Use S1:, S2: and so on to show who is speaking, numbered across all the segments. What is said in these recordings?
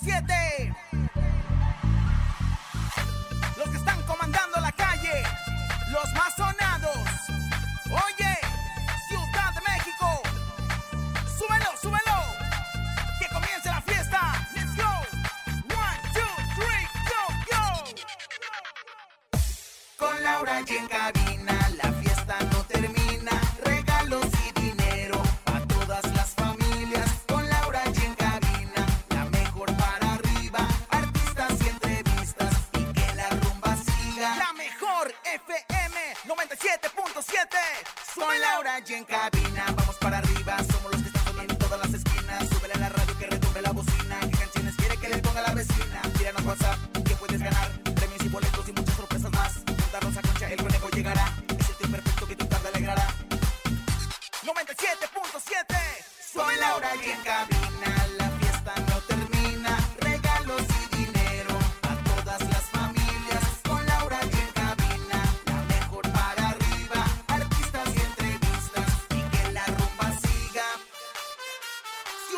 S1: 7. Los que están comandando la calle, los más sonados. Oye, Ciudad de México, súbelo, súbelo. Que comience la fiesta. Let's go. One, two, three, go, go. Con Laura y en cabina, la fiesta no termina. Regalos y dinero a todas las familias. Con Laura y en cabina, la mejor para arriba. Artistas y entrevistas y que la rumba siga. La mejor FM 97.7. Con Laura y en cabina, vamos para arriba. Somos los que están sonando en todas las esquinas. Súbele a la radio que retumbe la bocina. ¿Qué canciones quiere que le ponga la vecina? Tíranos WhatsApp, que puedes ganar. Premios y boletos y muchas sorpresas más. Juntarnos a concha, el conejo llegará. Es el tío perfecto que tu tarde alegrará. 97.7 Soy Laura y en cabina la fiesta no termina Regalos y dinero a todas las familias Con Laura y en cabina la mejor para arriba Artistas y entrevistas y que la rumba siga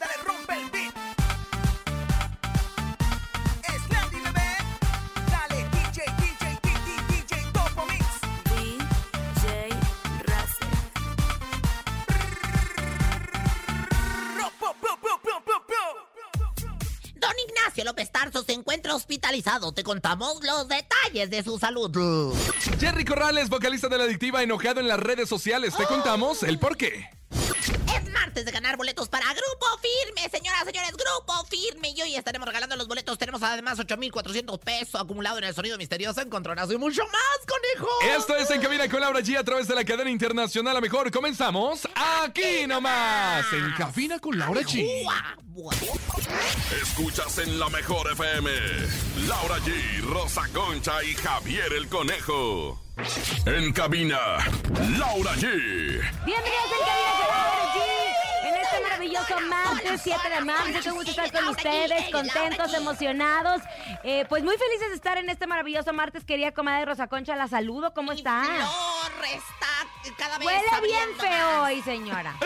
S1: dale rompe el beat. Slendy bebé, dale DJ, DJ, DJ, DJ, Topo Mix.
S2: DJ Racer.
S1: Ro, pu, pu, pu, pu, pu, pu.
S3: Don Ignacio López Tarso se encuentra hospitalizado. Te contamos los detalles de su salud.
S4: Jerry Corrales, vocalista de la adictiva, enojado en las redes sociales. Te contamos el por qué.
S3: Es martes de ganar boletos para Grupo Firme, señoras, señores, Grupo Firme. Y hoy estaremos regalando los boletos. Tenemos además 8,400 pesos acumulado en el sonido misterioso, encontronazo y mucho más, conejo.
S4: Esto es En Cabina con Laura G a través de la cadena internacional. A mejor comenzamos aquí nomás. En Cabina con Laura G.
S3: Guau, guau.
S5: Escuchas en la mejor FM. Laura G, Rosa Concha y Javier el Conejo. En cabina, Laura G.
S6: Bienvenidos en Cabina con Laura G. En este maravilloso martes, 7 de marzo. Qué gusto estar con ustedes, contentos, emocionados. Eh, pues muy felices de estar en este maravilloso martes. Quería comadre Rosa Concha, la saludo. ¿Cómo
S3: Y
S6: está?
S3: Flor está cada vez
S6: Huele bien
S3: sabiendo
S6: feo
S3: más.
S6: hoy, señora.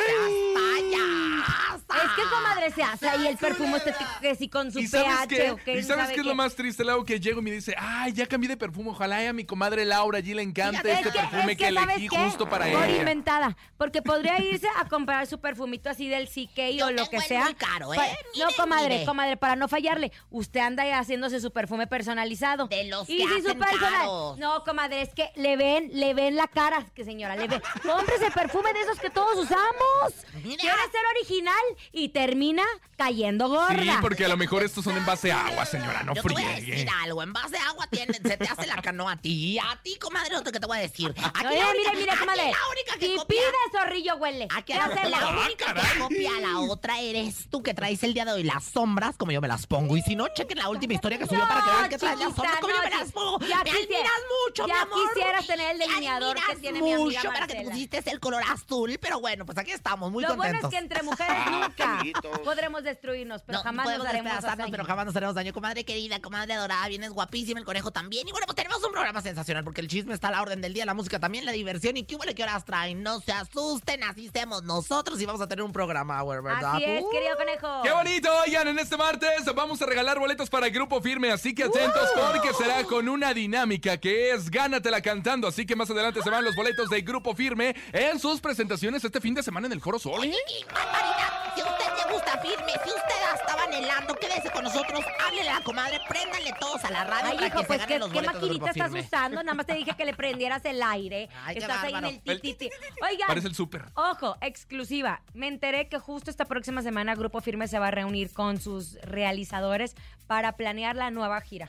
S3: Las payasas.
S6: Es que comadre se hace y el perfume estético que si con su
S4: ¿Y sabes
S6: pH
S4: qué?
S6: o que
S4: ¿Y
S6: no
S4: sabes
S6: sabe
S4: qué es lo más triste, Lau? Que llego y me dice, ay, ya cambié de perfume. Ojalá a mi comadre Laura G le encante
S3: Fíjate,
S4: este
S3: es que-
S4: perfume que,
S6: ¿sabes
S4: elegí
S6: qué?
S4: justo para
S6: Por
S4: ella.
S6: inventada. Porque podría irse a comprar su perfumito así del CK
S3: Yo
S6: o lo
S3: tengo
S6: que
S3: el
S6: sea.
S3: muy caro, ¿eh?
S6: Pa-
S3: Mire,
S6: no, comadre,
S3: mire.
S6: comadre, para no fallarle. Usted anda ahí haciéndose su perfume personalizado.
S3: De los
S6: y
S3: que
S6: si su
S3: hacen
S6: personal-
S3: caros.
S6: No, comadre, es que le ven, le ven la cara, que señora, le ven. Cómprese perfume de esos que todos usamos.
S3: Mira.
S6: Quiere ser original y termina cayendo gorda.
S4: Sí, porque a lo mejor estos son en base a agua, señora, no
S3: Yo te voy a
S4: friegue.
S3: decir algo. En base a agua tiene, se te hace la canoa a ti. A ti, comadre, no te, que te voy a decir. Aquí
S6: Oye,
S3: la única,
S6: mire, mire,
S3: aquí
S6: comadre.
S3: la única que
S6: Si
S3: copia.
S6: pide zorrillo huele.
S3: Aquí
S6: ¿Qué
S3: la,
S6: hacemos?
S3: la
S4: Ah,
S3: única que copia a la otra eres tú que traes el día de hoy las sombras como yo me las pongo. Y si no, chequen la última historia que subió para que vean que traes las
S6: chiquita,
S3: sombras como yo
S6: no,
S3: me las
S6: chi-
S3: pongo.
S6: ya
S3: me
S6: quisiera-
S3: admiras mucho,
S6: ya
S3: mi amor.
S6: quisieras tener el
S3: Me
S6: delineador que
S3: admiras
S6: tiene mi amiga
S3: mucho para que te
S6: Marcela.
S3: pusiste el color azul. Pero bueno, pues aquí estamos, muy
S6: Lo bueno
S3: contentos.
S6: es que entre mujeres nunca
S7: amiguitos.
S6: podremos destruirnos, pero
S3: no,
S6: jamás
S3: podemos
S6: nos haremos
S3: despedazarnos,
S6: hazaña.
S3: pero jamás nos haremos daño. Comadre querida, comadre adorada, vienes guapísima, el conejo también. Y bueno, pues tenemos un programa sensacional porque el chisme está a la orden del día, la música también, la diversión y qué huele que horas traen. No se asusten, así somos nosotros y vamos a tener un programa, ¿verdad?
S6: Así es,
S3: Uh,
S6: querido conejo.
S4: ¡Qué bonito! Oigan, en este martes vamos a regalar boletos para el Grupo Firme, así que atentos porque será con una dinámica que es Gánatela Cantando. Así que más adelante se van los boletos de Grupo Firme en sus presentaciones este fin de semana en el Foro Sol. ¿eh?
S3: Y barbaridad, si a usted le gusta firme, si usted la estaba anhelando, quédese con nosotros, háblele a la comadre, préndanle todos a la radio
S6: Ay,
S3: para
S6: hijo,
S3: que
S6: pues
S3: se
S6: ¿qué,
S3: ganen los
S6: qué
S3: boletos de
S6: maquinita
S3: grupo
S6: estás
S3: firme.
S6: usando? Nada más te dije que le prendieras el aire.
S3: Ay, qué
S6: estás ahí en
S3: bárbaro.
S6: el tititi.
S4: Parece
S6: Oigan,
S4: el súper.
S6: ojo, exclusiva. Me enteré que justo esta próxima semana Grupo Firme se va a reunir con sus realizadores para planear la nueva gira.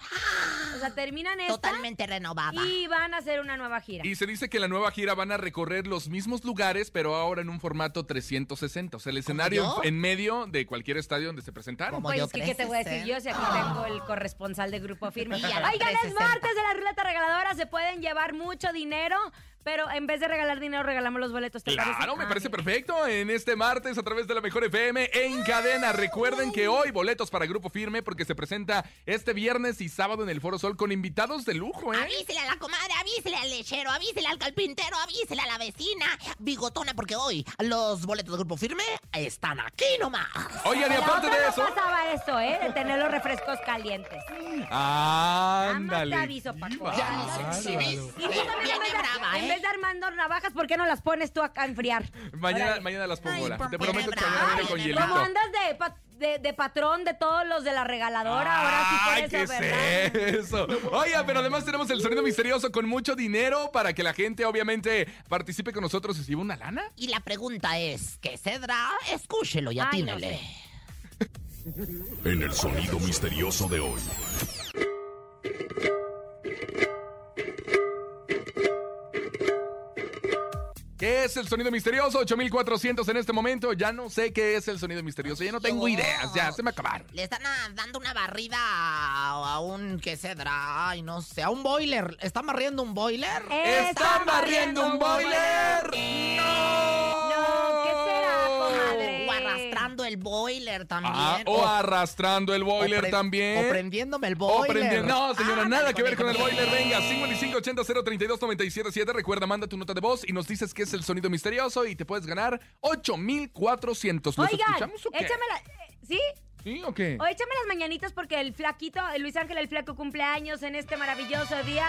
S6: O sea, terminan esta
S3: Totalmente renovada.
S6: y van a hacer una nueva gira.
S4: Y se dice que en la nueva gira van a recorrer los mismos lugares, pero ahora en un formato 360. O sea, el escenario
S3: yo?
S4: en medio de cualquier estadio donde se presentaron.
S3: Como
S6: Pues
S3: yo,
S6: es que, ¿qué te voy a decir yo? Si aquí tengo el corresponsal de Grupo Firme. Oigan, es
S3: 360.
S6: martes de la ruleta regaladora. Se pueden llevar mucho dinero, Pero en vez de regalar dinero, regalamos los boletos. ¿te
S4: Claro, me
S6: Ah,
S4: parece
S6: mira.
S4: perfecto. En este martes a través de la Mejor FM en cadena. Recuerden que hoy boletos para Grupo Firme porque se presenta este viernes y sábado en el Foro Sol con invitados de lujo, ¿eh?
S3: Avísele a la comadre, avísele al lechero, avísele al carpintero, avísele a la vecina bigotona, porque hoy los boletos del grupo firme están aquí nomás.
S4: Oigan, y
S6: La
S4: aparte
S6: otra
S4: de
S6: no
S4: eso.
S6: pasaba esto, ¿eh? De tener los refrescos calientes.
S4: Ándale.
S6: Jamás te aviso, Paco.
S4: Qué bárbaro.
S6: Y tú también, en
S3: Viene
S6: vez, de,
S3: brava,
S6: en
S3: ¿eh?
S6: vez de Armando navajas, ¿por qué no las pones tú acá a enfriar?
S4: Mañana,
S6: Órale.
S4: mañana las pongo.
S3: Ay,
S4: Lola.
S3: por
S4: Te prometo que
S3: favor.
S4: mañana viene con
S3: Ay,
S4: hielito.
S6: Como andas de, pa- de, de patrón de todos los de la regaladora,
S4: Ay,
S6: ahora sí
S4: ¿qué
S6: por eso, ¿verdad?
S4: es eso? Oiga, pero además tenemos el sonido misterioso con mucho dinero para que la gente obviamente participe con nosotros y se lleve una lana.
S3: Y la pregunta es, ¿qué cedra? Escúchelo y
S6: Ay, no
S3: atínele.
S5: En el sonido misterioso de hoy.
S4: ¿Qué es el sonido misterioso? 8400 en este momento. Ya no sé qué es el sonido misterioso. Ya no tengo
S3: Dios.
S4: ideas. Ya se me acabaron.
S3: Le están ah, dando una barrida a, a un, ¿qué cedra? Ay, no sé, a un boiler. ¿Están barriendo un boiler?
S4: Eh, ¡Están barriendo un boiler! ¡No!
S6: No, ¿qué será, comadre?
S3: O arrastrando el boiler también.
S4: Ah, o arrastrando el boiler
S3: o pre-
S4: también.
S3: O prendiéndome el
S4: O
S3: boiler.
S4: prendiendo- No, señora,
S3: Ah,
S4: nada
S3: ándale,
S4: que ver con el
S3: conejo.
S4: boiler. Venga, 5580-032-977. Recuerda, manda tu nota de voz y nos dices qué es el sonido misterioso y te puedes ganar 8400. ¿Los
S6: Oigan,
S4: escuchamos o qué?
S6: échamela. eh, ¿Sí?
S4: ¿Sí o qué?
S6: O échame las mañanitas porque el flaquito, el Luis Ángel el Flaco cumpleaños en este maravilloso día.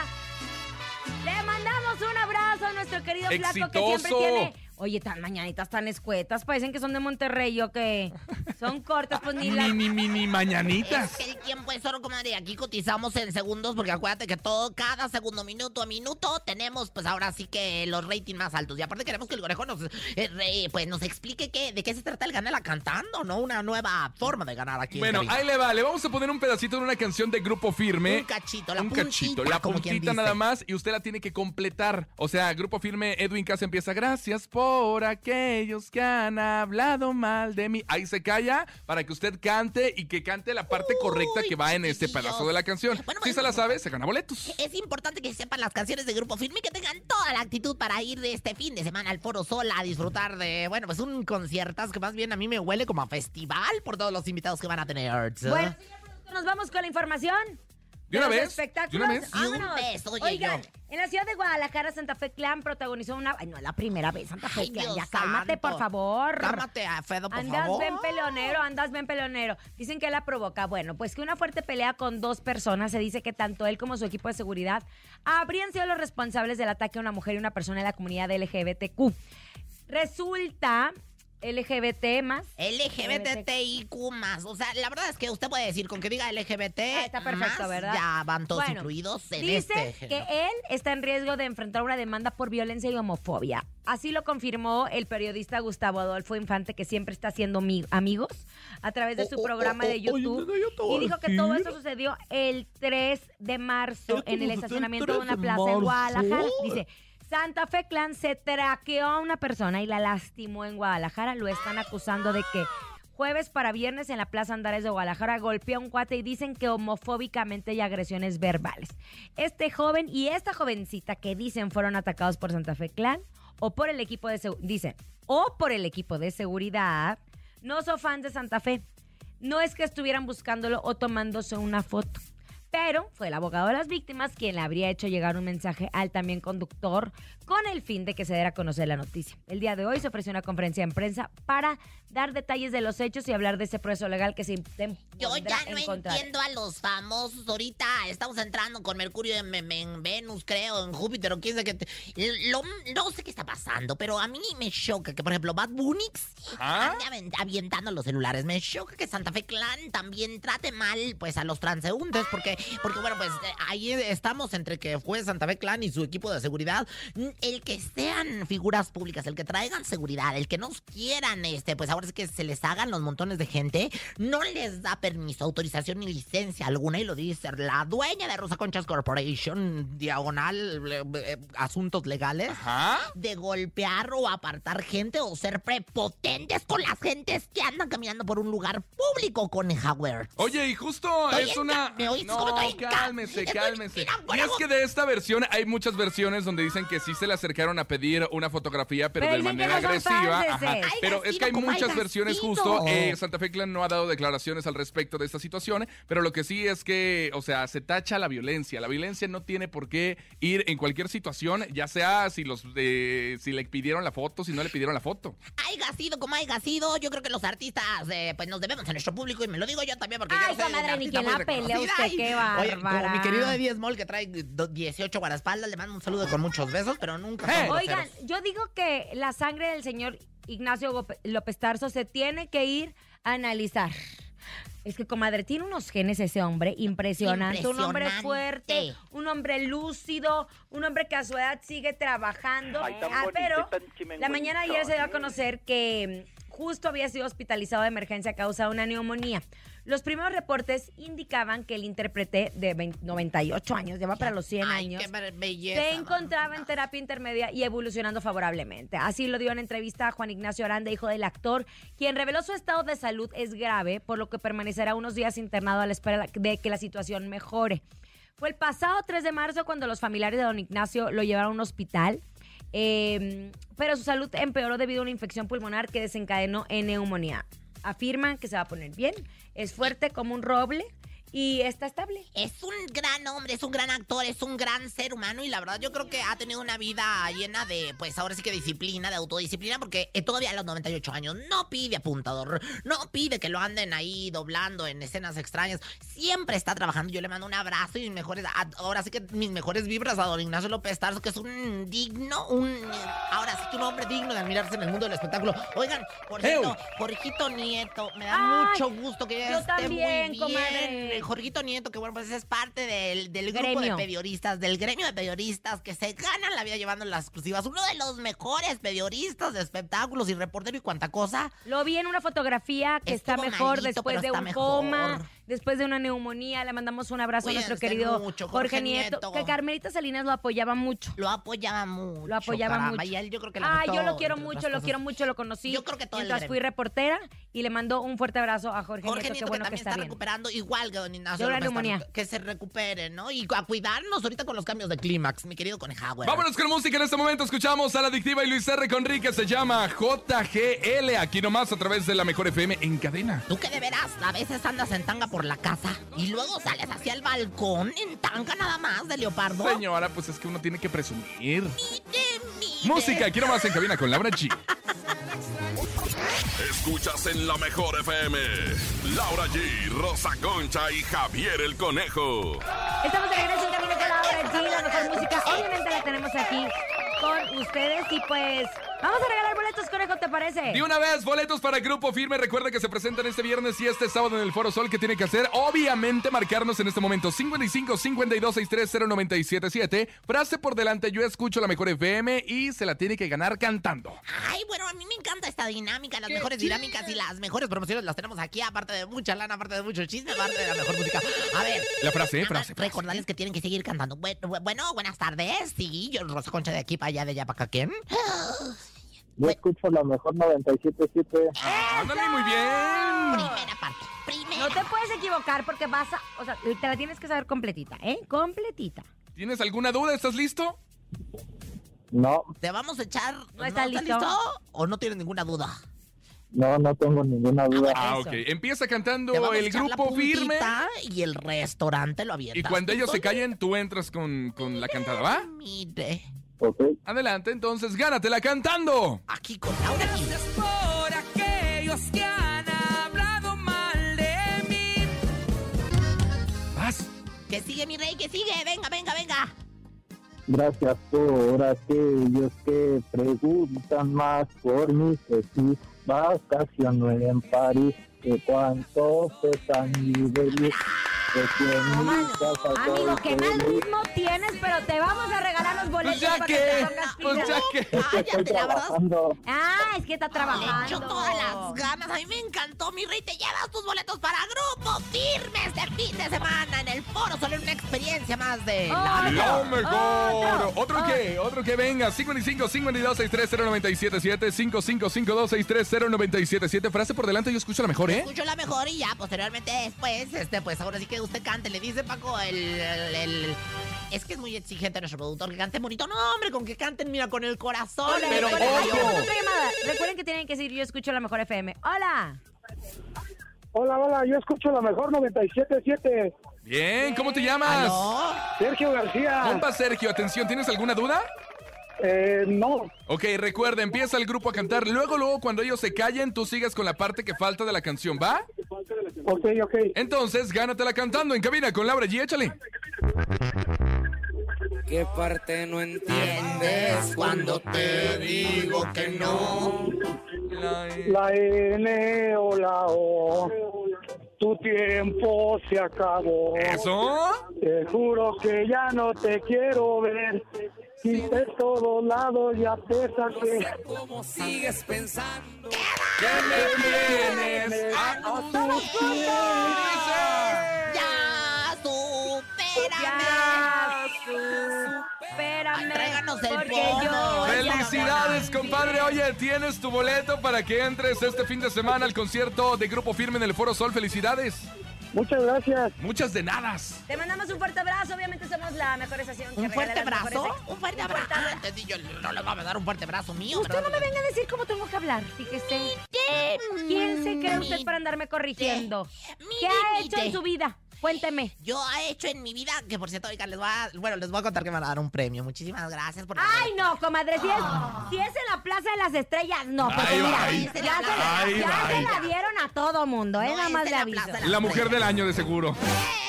S6: Le mandamos un abrazo a nuestro querido Flaco que siempre
S4: ¡Exitoso!
S6: tiene. Oye, tan mañanitas tan escuetas, parecen que son de Monterrey o que son cortas, pues ni las.
S4: Mini, mini
S3: Es
S4: mañanitas.
S3: que el tiempo es oro, comadre. Aquí cotizamos en segundos porque acuérdate que todo, cada segundo, minuto a minuto, tenemos pues ahora sí que los ratings más altos. Y aparte queremos que el conejo nos, eh, re- pues, nos explique qué, de qué se trata el ganarla cantando, ¿no? Una nueva forma de ganar aquí. en
S4: Bueno,
S3: cabina.
S4: ahí le va. Le vamos a poner un pedacito de una canción de Grupo Firme.
S3: Un cachito, la
S4: Un
S3: puntita,
S4: cachito, la
S3: como quien
S4: puntita
S3: dice.
S4: nada más. Y usted la tiene que completar. O sea, Grupo Firme, Edwin Casa empieza. Gracias por aquellos que han hablado mal de mí. Ahí se calla para que usted cante y que cante la parte correcta que va en este
S3: chiquillos.
S4: pedazo de la canción.
S3: Bueno,
S4: si
S3: bueno,
S4: se la
S3: bueno.
S4: sabe, se gana boletos.
S3: Es importante que sepan las canciones de Grupo Firme y que tengan toda la actitud para ir de este fin de semana al Foro Sol a disfrutar de, bueno, pues un conciertas que más bien a mí me huele como a festival por todos los invitados que van a tener. ¿sí?
S6: Bueno, señor productor, nos vamos con la información.
S4: ¿De una
S6: los
S4: vez?
S6: Espectáculos.
S4: ¿De una vez?
S3: Y un
S6: Vámonos.
S3: beso, oye,
S6: Oigan,
S3: yo.
S6: en la ciudad de Guadalajara, Santa Fe Clan protagonizó una. Ay, no es la primera vez, Santa Fe
S3: Ay,
S6: Clan.
S3: Dios
S6: Ya cálmate, por
S3: santo.
S6: favor.
S3: Cálmate, Fedo, por
S6: Andas
S3: favor.
S6: bien peleonero, andas bien peleonero. Dicen que la provoca. Bueno, pues que una fuerte pelea con dos personas. Se dice que tanto él como su equipo de seguridad habrían sido los responsables del ataque a una mujer y una persona de la comunidad LGBTQ. Resulta LGBT más.
S3: LGBTIQ más. O sea, la verdad es que usted puede decir con que diga LGBT.
S6: Ah, está perfecto,
S3: Eh, más,
S6: ¿verdad?
S3: Ya van todos
S6: Bueno,
S3: incluidos en
S6: Dice
S3: este.
S6: que
S3: género.
S6: él está en riesgo de enfrentar una demanda por violencia y homofobia. Así lo confirmó el periodista Gustavo Adolfo Infante, que siempre está haciendo mi- amigos a través
S3: Oh,
S6: de su programa de YouTube. y dijo que todo esto sucedió el 3 de marzo en el estacionamiento de ¡Oh! una plaza en Guadalajara. Dice. Santa Fe Clan se traqueó a una persona y la lastimó en Guadalajara. Lo están acusando de que jueves para viernes en la Plaza Andares de Guadalajara golpeó a un cuate y dicen que homofóbicamente y agresiones verbales. Este joven y esta jovencita que dicen fueron atacados por Santa Fe Clan o por el equipo de segu- dicen o por el equipo de seguridad no son fans de Santa Fe. No es que estuvieran buscándolo o tomándose una foto. Pero fue el abogado de las víctimas quien le habría hecho llegar un mensaje al también conductor con el fin de que se diera a conocer la noticia. El día de hoy se ofreció una conferencia en prensa para dar detalles de los hechos y hablar de ese proceso legal que se impone
S3: Yo ya no entiendo a los famosos ahorita. Estamos entrando con Mercurio en, en- en Venus, creo, en Júpiter o quién sabe qué. te- Lo- no sé qué está pasando, pero a mí me choca que, por ejemplo, Bad Bunny sí
S4: ¿Ah?
S3: ande aven- avientando los celulares. Me choca que Santa Fe Clan también trate mal pues a los transeúntes, porque, porque bueno, pues eh, ahí estamos entre que fue Santa Fe Clan y su equipo de seguridad. Mm, El que sean figuras públicas, el que traigan seguridad, el que nos quieran, este, pues ahora es que se les hagan los montones de gente, no les da permiso, autorización ni licencia alguna, y lo dice la dueña de Rosa Conchas Corporation, diagonal, eh, eh, asuntos legales
S4: Ajá.
S3: de golpear o apartar gente o ser prepotentes con las gentes que andan caminando por un lugar público con Howard.
S4: Oye, y justo
S3: Estoy
S4: es
S3: en-
S4: una.
S3: ¿Me oíste,
S4: No,
S3: estoy en ca-
S4: cálmese,
S3: estoy
S4: cálmese.
S3: en
S4: Y es
S3: huevo.
S4: que de esta versión hay muchas versiones donde dicen que sí se le acercaron a pedir una fotografía, pero,
S6: Pero
S4: de
S6: dicen que
S4: manera
S6: no son
S4: agresiva.
S6: fans,
S4: Ajá.
S6: ese. Ay,
S4: Pero es que hay
S3: Gastino, como hay
S4: muchas versiones
S3: Gastino.
S4: justo. eh, Santa Fe Clan no ha dado declaraciones al respecto de esta situación, pero lo que sí es que, o sea, se tacha la violencia. La violencia no tiene por qué ir en cualquier situación, ya sea si los eh, si le pidieron la foto, si no le pidieron la foto.
S3: Haiga sido como haiga sido, yo creo que los artistas eh, pues nos debemos a nuestro público y me lo digo yo también porque
S6: Ay,
S3: yo soy
S6: comadre,
S3: una
S6: ni
S3: artista
S6: quien
S3: muy
S6: la pelea
S3: reconocida.
S6: usted,
S3: Ay,
S6: qué
S3: Oye, como
S6: bárbara.
S3: mi querido Eddie Small que trae do- 18 guaraspaldas, le mando un saludo con muchos besos, pero nunca son
S4: ¡Eh!
S3: groseros.
S6: Oigan, yo digo que la sangre del señor Ignacio Gope- López Tarso se tiene que ir a analizar. Es que, comadre, tiene unos genes ese hombre impresionante. Un hombre
S3: Impresionante.
S6: fuerte, un hombre lúcido, un hombre que a su edad sigue trabajando.
S7: Ay, tan
S6: Ah,
S7: bonito
S6: pero
S7: y tan chimenguito.
S6: la mañana de ayer se dio a conocer que mm, justo había sido hospitalizado de emergencia a causa de una neumonía. Los primeros reportes indicaban que el intérprete de 20 98 años, ya va para los 100
S3: Ay,
S6: años,
S3: qué be- belleza.
S6: se encontraba en
S3: vámonos.
S6: terapia intermedia y evolucionando favorablemente. Así lo dio en entrevista a Juan Ignacio Aranda, hijo del actor, quien reveló su estado de salud es grave, por lo que permanecerá unos días internado a la espera de que la situación mejore. Fue el pasado 3 de marzo cuando los familiares de don Ignacio lo llevaron a un hospital, eh, pero su salud empeoró debido a una infección pulmonar que desencadenó en neumonía. Afirman que se va a poner bien, es fuerte como un roble y está estable.
S3: Es un gran hombre, es un gran actor, es un gran ser humano y la verdad yo creo que ha tenido una vida llena de, pues ahora sí que disciplina, de autodisciplina, porque eh, todavía a los 98 años no pide apuntador, no pide que lo anden ahí doblando en escenas extrañas, siempre está trabajando, yo le mando un abrazo y mis mejores, a- ahora sí que mis mejores vibras a don Ignacio López Tarso, que es un digno, un, eh, ahora sí que un hombre digno de admirarse en el mundo del espectáculo. Oigan, por
S4: ¡Ew!
S3: cierto, Jorgito Nieto, me da
S6: Ay,
S3: mucho gusto que
S6: yo
S3: esté
S6: también,
S3: muy bien.
S6: comadre.
S3: Jorgito Nieto, que bueno, pues es parte del, del grupo
S6: Gremio.
S3: de periodistas, del gremio de periodistas que se ganan la vida llevando las exclusivas. Uno de los mejores periodistas de espectáculos y reportero y cuanta cosa.
S6: Lo vi en una fotografía que está
S3: Estuvo
S6: mejor
S3: malito,
S6: después
S3: pero
S6: de
S3: está
S6: un
S3: mejor.
S6: coma, después de una neumonía. Le mandamos un abrazo a nuestro
S3: Cuídense
S6: querido
S3: mucho,
S6: Jorge,
S3: Jorge
S6: Nieto,
S3: Nieto.
S6: que Carmelita Salinas lo apoyaba mucho.
S3: Lo apoyaba mucho.
S6: Lo apoyaba
S3: caramba,
S6: mucho.
S3: Y a él yo creo que le
S6: Ah,
S3: gustó,
S6: yo lo quiero
S3: entre
S6: mucho,
S3: otras
S6: lo
S3: cosas.
S6: quiero mucho, lo conocí.
S3: Yo creo que todo el
S6: Mientras fui
S3: gremio.
S6: reportera y le mando un fuerte abrazo a Jorge,
S3: Jorge
S6: Nieto,
S3: Nieto,
S6: qué bueno
S3: que
S6: que,
S3: también
S6: está,
S3: está,
S6: bien.
S3: recuperando, igual que Don Ignacio.
S6: De una
S3: López Tarso,
S6: neumonía.
S3: que se recupere, ¿no? Y a cuidarnos ahorita con los cambios de clímax, mi querido Conejauer.
S4: Vámonos con música. En este momento escuchamos a la adictiva y Luis R. Conríquez. Se llama JGL. Aquí nomás a través de la Mejor FM en cadena.
S3: Tú que de veras a veces andas en tanga por la casa y luego sales hacia el balcón en tanga nada más de leopardo.
S4: Señora, pues es que uno tiene que presumir.
S3: Y te mires.
S4: Música, aquí nomás en cabina con Laura G.
S5: Escuchas en la mejor FM. Laura G, Rosa Concha y Javier el Conejo.
S6: Estamos de regreso en Camino con la Hora G, la mejor música. Obviamente la tenemos aquí con ustedes y pues vamos a regalar boletos, Conejo, ¿te parece?
S4: De una vez, boletos para Grupo Firme. Recuerda que se presentan este viernes y este sábado en el Foro Sol. ¿Qué tiene que hacer? Obviamente marcarnos en este momento 55 52 630 977. Frase por delante, yo escucho la Mejor FM y se la tiene que ganar cantando.
S3: Ay, bueno, a mí me encanta esta dinámica, las mejores dinámicas y las mejores promociones las tenemos aquí, aparte de mucha lana, aparte de mucho chisme, aparte de la mejor música. A ver.
S4: La frase, ¿eh?
S3: nada más
S4: frase. frase.
S3: Recordarles que tienen que seguir cantando. Bueno, bu- bueno, buenas tardes. Sí, yo Rosa Concha de aquí para allá, de allá para acá. ¿Quién?
S8: Yo escucho la mejor 97.7.
S4: Ándale, muy bien.
S3: Primera parte. Primera.
S6: Ah. No te puedes equivocar porque vas a, o sea, te la tienes que saber completita, ¿eh? Completita.
S4: ¿Tienes alguna duda? ¿Estás listo?
S8: No,
S3: Te vamos a echar.
S6: ¿No está listo?
S3: ¿O no tienes ninguna duda?
S8: no, no tengo ninguna duda.
S4: Ah,
S6: Eso.
S4: ok. Empieza cantando
S3: Te vamos a
S4: el
S3: echar la
S4: grupo firme.
S3: puntita Y el restaurante lo abierta.
S4: Y cuando ellos se callen, tú entras con, con la cantada, ¿va?
S3: Mire,
S8: Ok,
S4: Adelante, entonces, gánatela cantando.
S3: aquí con Laura G.
S1: Gracias por aquellos que han hablado mal de mí.
S4: Vas.
S3: Que sigue, mi rey, que sigue. Venga, venga, venga.
S8: gracias por aquellos que preguntan más por mí pues que si vacaciono en París, que cuánto pesan mi feliz. Que si en mi casa
S6: Amigo,
S8: soy
S6: que mal
S8: feliz.
S6: ritmo tienes, pero te vamos a regalar los boletos
S4: Pues ya
S6: para que, te
S4: que.
S6: pongas
S4: Pues ya
S6: pilas.
S4: que.
S8: Es que estoy
S3: Cállate, la verdad.
S8: trabajando.
S6: Ah, es que está
S3: Le
S6: trabajando.
S3: echo todas las ganas. A mí me encantó, mi rey. Te llevas tus boletos para Grupo Firmes de fin de semana en el Foro Soler una experiencia más de la
S6: Otro,
S4: Lo mejor.
S6: otro,
S4: Otro, que, otro que venga. 55 52 630 977 5552 630 977 Frase por delante, yo escucho la mejor, ¿eh?
S3: escucho la mejor y ya posteriormente después, este, pues ahora sí que usted cante, le dice Paco el, el- el- es que es muy exigente nuestro productor que cante bonito. No, hombre, con que canten, mira, con el corazón.
S6: Hola,
S4: Pero
S6: recuerden, ahí
S4: ojo.
S6: tenemos otra llamada. Recuerden que tienen que decir yo escucho la mejor FM. Hola.
S8: Hola, hola, yo escucho la mejor 97.7.
S4: Bien, ¿cómo te llamas?
S3: ¿Aló?
S8: Sergio García.
S4: Compa Sergio, atención, ¿tienes alguna duda?
S8: Eh, no,
S4: Ok, recuerda, empieza el grupo a cantar. Luego, luego, cuando ellos se callen, tú sigas con la parte que falta de la canción, ¿va?
S8: ok, ok.
S4: Entonces, gánatela cantando en cabina con Laura G. Échale.
S7: ¿Qué parte no entiendes cuando te digo que no?
S8: La N o la O. Tu tiempo se acabó.
S4: ¿Eso?
S8: Te juro que ya no te quiero ver. Y de todos lados ya pesa que.
S7: ¿Cómo sigues pensando?
S4: ¿Qué me tienes? Ah,
S3: Ya, supérame.
S6: Ya, supérame.
S3: Tráiganos el
S6: porque
S3: bono.
S6: yo.
S4: Felicidades, compadre. Oye, tienes tu boleto para que entres este fin de semana al concierto de Grupo Firme en el Foro Sol. Felicidades.
S8: Muchas gracias.
S4: Muchas de nadas.
S6: Te mandamos un fuerte abrazo. Obviamente somos la mejor estación. que
S3: Un fuerte
S6: regala las
S3: abrazo.
S6: mejores ex-
S3: Un fuerte abrazo. Ah, entendí, yo no le voy a dar un fuerte abrazo mío.
S6: Usted
S3: pero-
S6: no me venga a decir cómo tengo que hablar. Fíjese. ¿Quién se cree usted para andarme corrigiendo? ¿Qué ha hecho en su vida? Cuénteme.
S3: Yo he hecho en mi vida, que por cierto, oigan, les voy a, bueno, les voy a contar que me van a dar un premio. Muchísimas gracias por
S6: Ay, no, comadre, si es, si es en la Plaza de las Estrellas, no, porque
S4: Ay,
S6: mira,
S4: ay,
S6: ya, se la,
S4: ay,
S6: ya se
S4: ay.
S6: la dieron a todo mundo, ¿eh?
S3: No
S6: Nada
S3: es
S6: más
S3: de
S6: le
S3: la
S6: aviso.
S3: Plaza de
S4: La mujer del año, de seguro.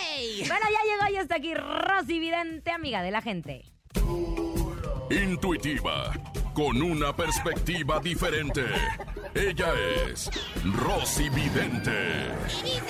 S3: ¡Ey!
S6: Bueno, ya llegó y está aquí Rosy Vidente, amiga de la gente.
S5: Intuitiva, con una perspectiva diferente. Ella es Rosy Vidente.
S3: Y dice,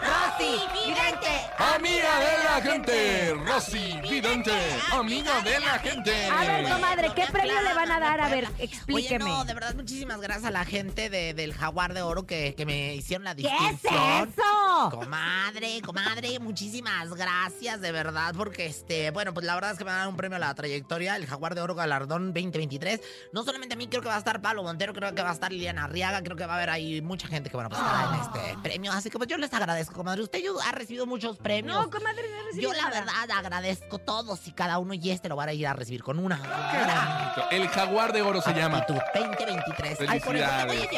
S3: Rosy, vidente.
S4: Amiga de la gente, Rosy Vidente. Amiga de la gente.
S6: A ver, comadre, ¿qué
S3: Una
S6: premio le van a
S3: plana,
S6: dar? A ver,
S3: una cuerda.
S6: explíqueme.
S3: Oye, no, de verdad, muchísimas gracias a la gente de- del Jaguar de Oro que, que me hicieron la
S6: ¿Qué
S3: distinción.
S6: es eso?
S3: Comadre, comadre, muchísimas gracias de verdad, porque este, bueno, pues la verdad es que me van a dar un premio a la trayectoria, el Jaguar de Oro Galardón 2023. No solamente a mí, creo que va a estar Pablo Montero, creo que va a estar Liliana Arriaga, creo que va a haber ahí mucha gente que van a estar
S6: Oh.
S3: en este premio. Así que pues yo les agradezco, comadre. Usted yo- ha recibido muchos premios.
S6: No, comadre, no he recibido
S3: yo la
S6: nada.
S3: verdad agradezco todos y cada uno y este lo van a ir a recibir con una.
S4: El jaguar de oro se llama.
S3: Actitud 2023. Ah, Ay, por eso te voy a
S4: Felicidades.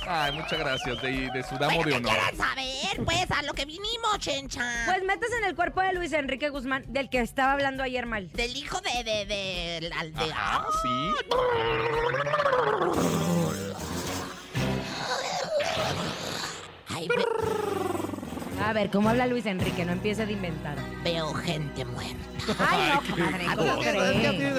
S3: llevar.
S4: Ay, muchas gracias, de, de su
S3: Bueno,
S4: damo de
S3: ¿qué
S4: honor.
S3: quieren saber? Pues a lo que vinimos, chencha.
S6: Pues metes en el cuerpo de Luis Enrique Guzmán, del que estaba hablando ayer mal.
S3: Del hijo de. de. de. al de.
S4: Ajá, sí.
S3: Ay, ve-
S6: A ver, ¿cómo habla Luis Enrique? No empieces a inventar.
S3: veo gente muerta.
S6: Ay, no, comadre, ¿cómo cree?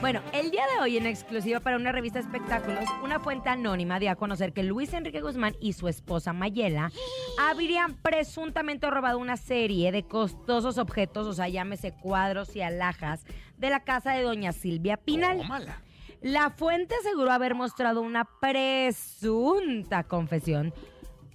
S6: Bueno, el día de hoy, en exclusiva para una revista de espectáculos, una fuente anónima dio a conocer que Luis Enrique Guzmán y su esposa Mayela habrían presuntamente robado una serie de costosos objetos, o sea, llámese cuadros y alhajas, de la casa de doña Silvia Pinal.
S4: Tómala.
S6: La fuente aseguró haber mostrado una presunta confesión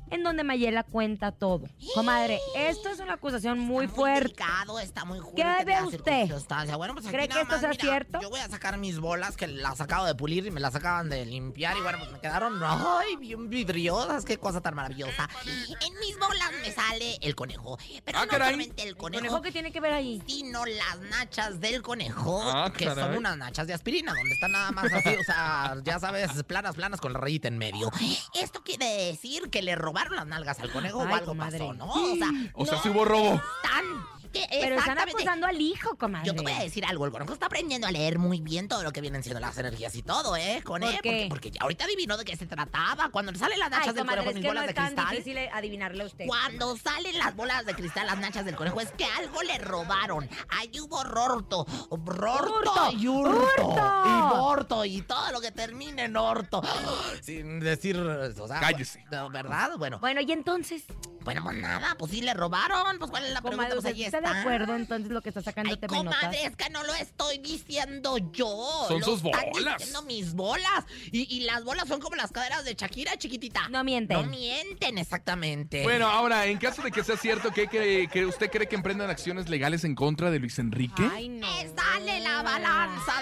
S6: en donde Mayela cuenta todo. Comadre, esto es una acusación muy fuerte.
S3: delicado, está muy
S6: ¿Qué
S3: jurídica
S6: ve
S3: la
S6: usted?
S3: circunstancia. Bueno, pues aquí
S6: ¿Cree que
S3: nada
S6: esto
S3: más,
S6: sea
S3: mira,
S6: cierto?
S3: Yo voy a sacar mis bolas que las acabo de pulir y me las acaban de limpiar. Y bueno, pues me quedaron, ay, bien vidriosas. Qué cosa tan maravillosa. En mis bolas me sale el conejo. Pero
S4: Ah,
S3: no
S4: caray.
S3: solamente el conejo.
S6: ¿Conejo qué tiene que ver ahí?
S3: sino las nachas del conejo,
S4: Ah,
S3: que
S4: caray.
S3: son unas nachas de aspirina, donde están nada más así, o sea, ya sabes, planas, planas con la rayita en medio. Esto quiere decir que le robaron las nalgas al conejo
S6: Ay,
S3: o algo
S6: comadre.
S3: pasó, ¿no? O sea,
S4: O sea,
S3: no
S4: sí hubo robo.
S3: están- que
S6: Pero están
S3: exactamente-
S6: acusando al hijo, comadre.
S3: Yo te voy a decir algo, el conejo está aprendiendo a leer muy bien todo lo que vienen siendo las energías y todo, ¿eh? Con
S6: ¿Por
S3: él,
S6: qué?
S3: porque, porque ya ahorita adivinó de qué se trataba. Cuando le salen las nachas
S6: Ay,
S3: del
S6: comadre,
S3: conejo,
S6: es
S3: mis
S6: que no
S3: bolas de
S6: es tan
S3: cristal,
S6: difícil eh, adivinarle a usted.
S3: Este, cuando salen las bolas de cristal, las nachas del conejo, es que algo le robaron. Ahí hubo rorto, rorto
S6: Hurto,
S3: y hurto,
S6: hurto.
S3: y borto y todo lo que termine en orto. Sin decir, o sea, pues,
S4: Cállese.
S3: no, ¿verdad? Bueno,
S6: Bueno, y entonces,
S3: bueno, pues nada, pues sí le robaron. Pues cuál es la pregunta,
S6: comadre,
S3: pues
S6: usted
S3: ahí
S6: se
S3: está.
S6: está de acuerdo entonces lo que está sacando
S3: Ay,
S6: te
S3: comadre, es que no lo estoy diciendo yo.
S4: Son
S3: Lo
S4: sus
S3: están
S4: bolas.
S3: diciendo mis bolas. Y, y las bolas son como las caderas de Shakira, chiquitita.
S6: No mienten.
S3: No mienten, exactamente.
S4: Bueno, ahora, en caso de que sea cierto, ¿qué cree- que usted cree que emprendan acciones legales en contra de Luis Enrique?
S6: Ay, no.
S3: Es dale Eh, la balanza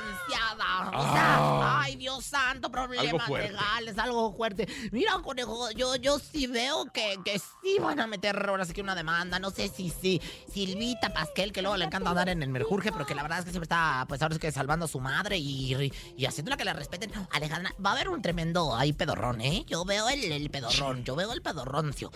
S3: desbalanceada. O
S4: Ah.
S3: sea, ay, Dios santo,
S4: Algo
S3: problemas
S4: fuerte.
S3: legales, algo fuerte. Mira, conejo, yo, yo sí veo que, que sí van a meter ahora sí que una demanda. No sé si sí. Silvita Pasquel, que luego le encanta andar en el merjurje, pero que la verdad es que siempre está, pues ahora es que salvando a su madre y, y haciéndola que la respeten. Alejandra, va a haber un tremendo ahí pedorrón, ¿eh? Yo veo el, el pedorrón, yo veo el pedorroncio.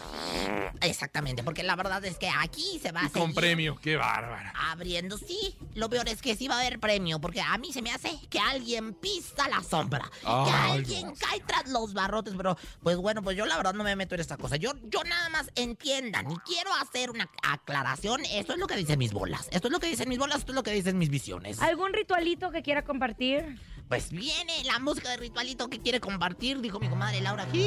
S3: Exactamente, porque la verdad es que aquí se va a
S4: Y con
S3: seguir
S4: premio, qué bárbara.
S3: abriendo, sí. Lo peor es que sí va a haber premio, porque a mí se me hace que alguien pisa la sombra, que
S4: Ay,
S3: alguien cae tras los barrotes, pero pues bueno, pues yo la verdad no me meto en esta cosa. Yo, yo nada más entiendan y quiero hacer una aclaración. Esto es lo que dicen mis bolas, esto es lo que dicen mis bolas, esto es lo que dicen mis visiones.
S6: ¿Algún ritualito que quiera compartir?
S3: Pues viene la música de ritualito que quiere compartir, dijo mi comadre Laura aquí.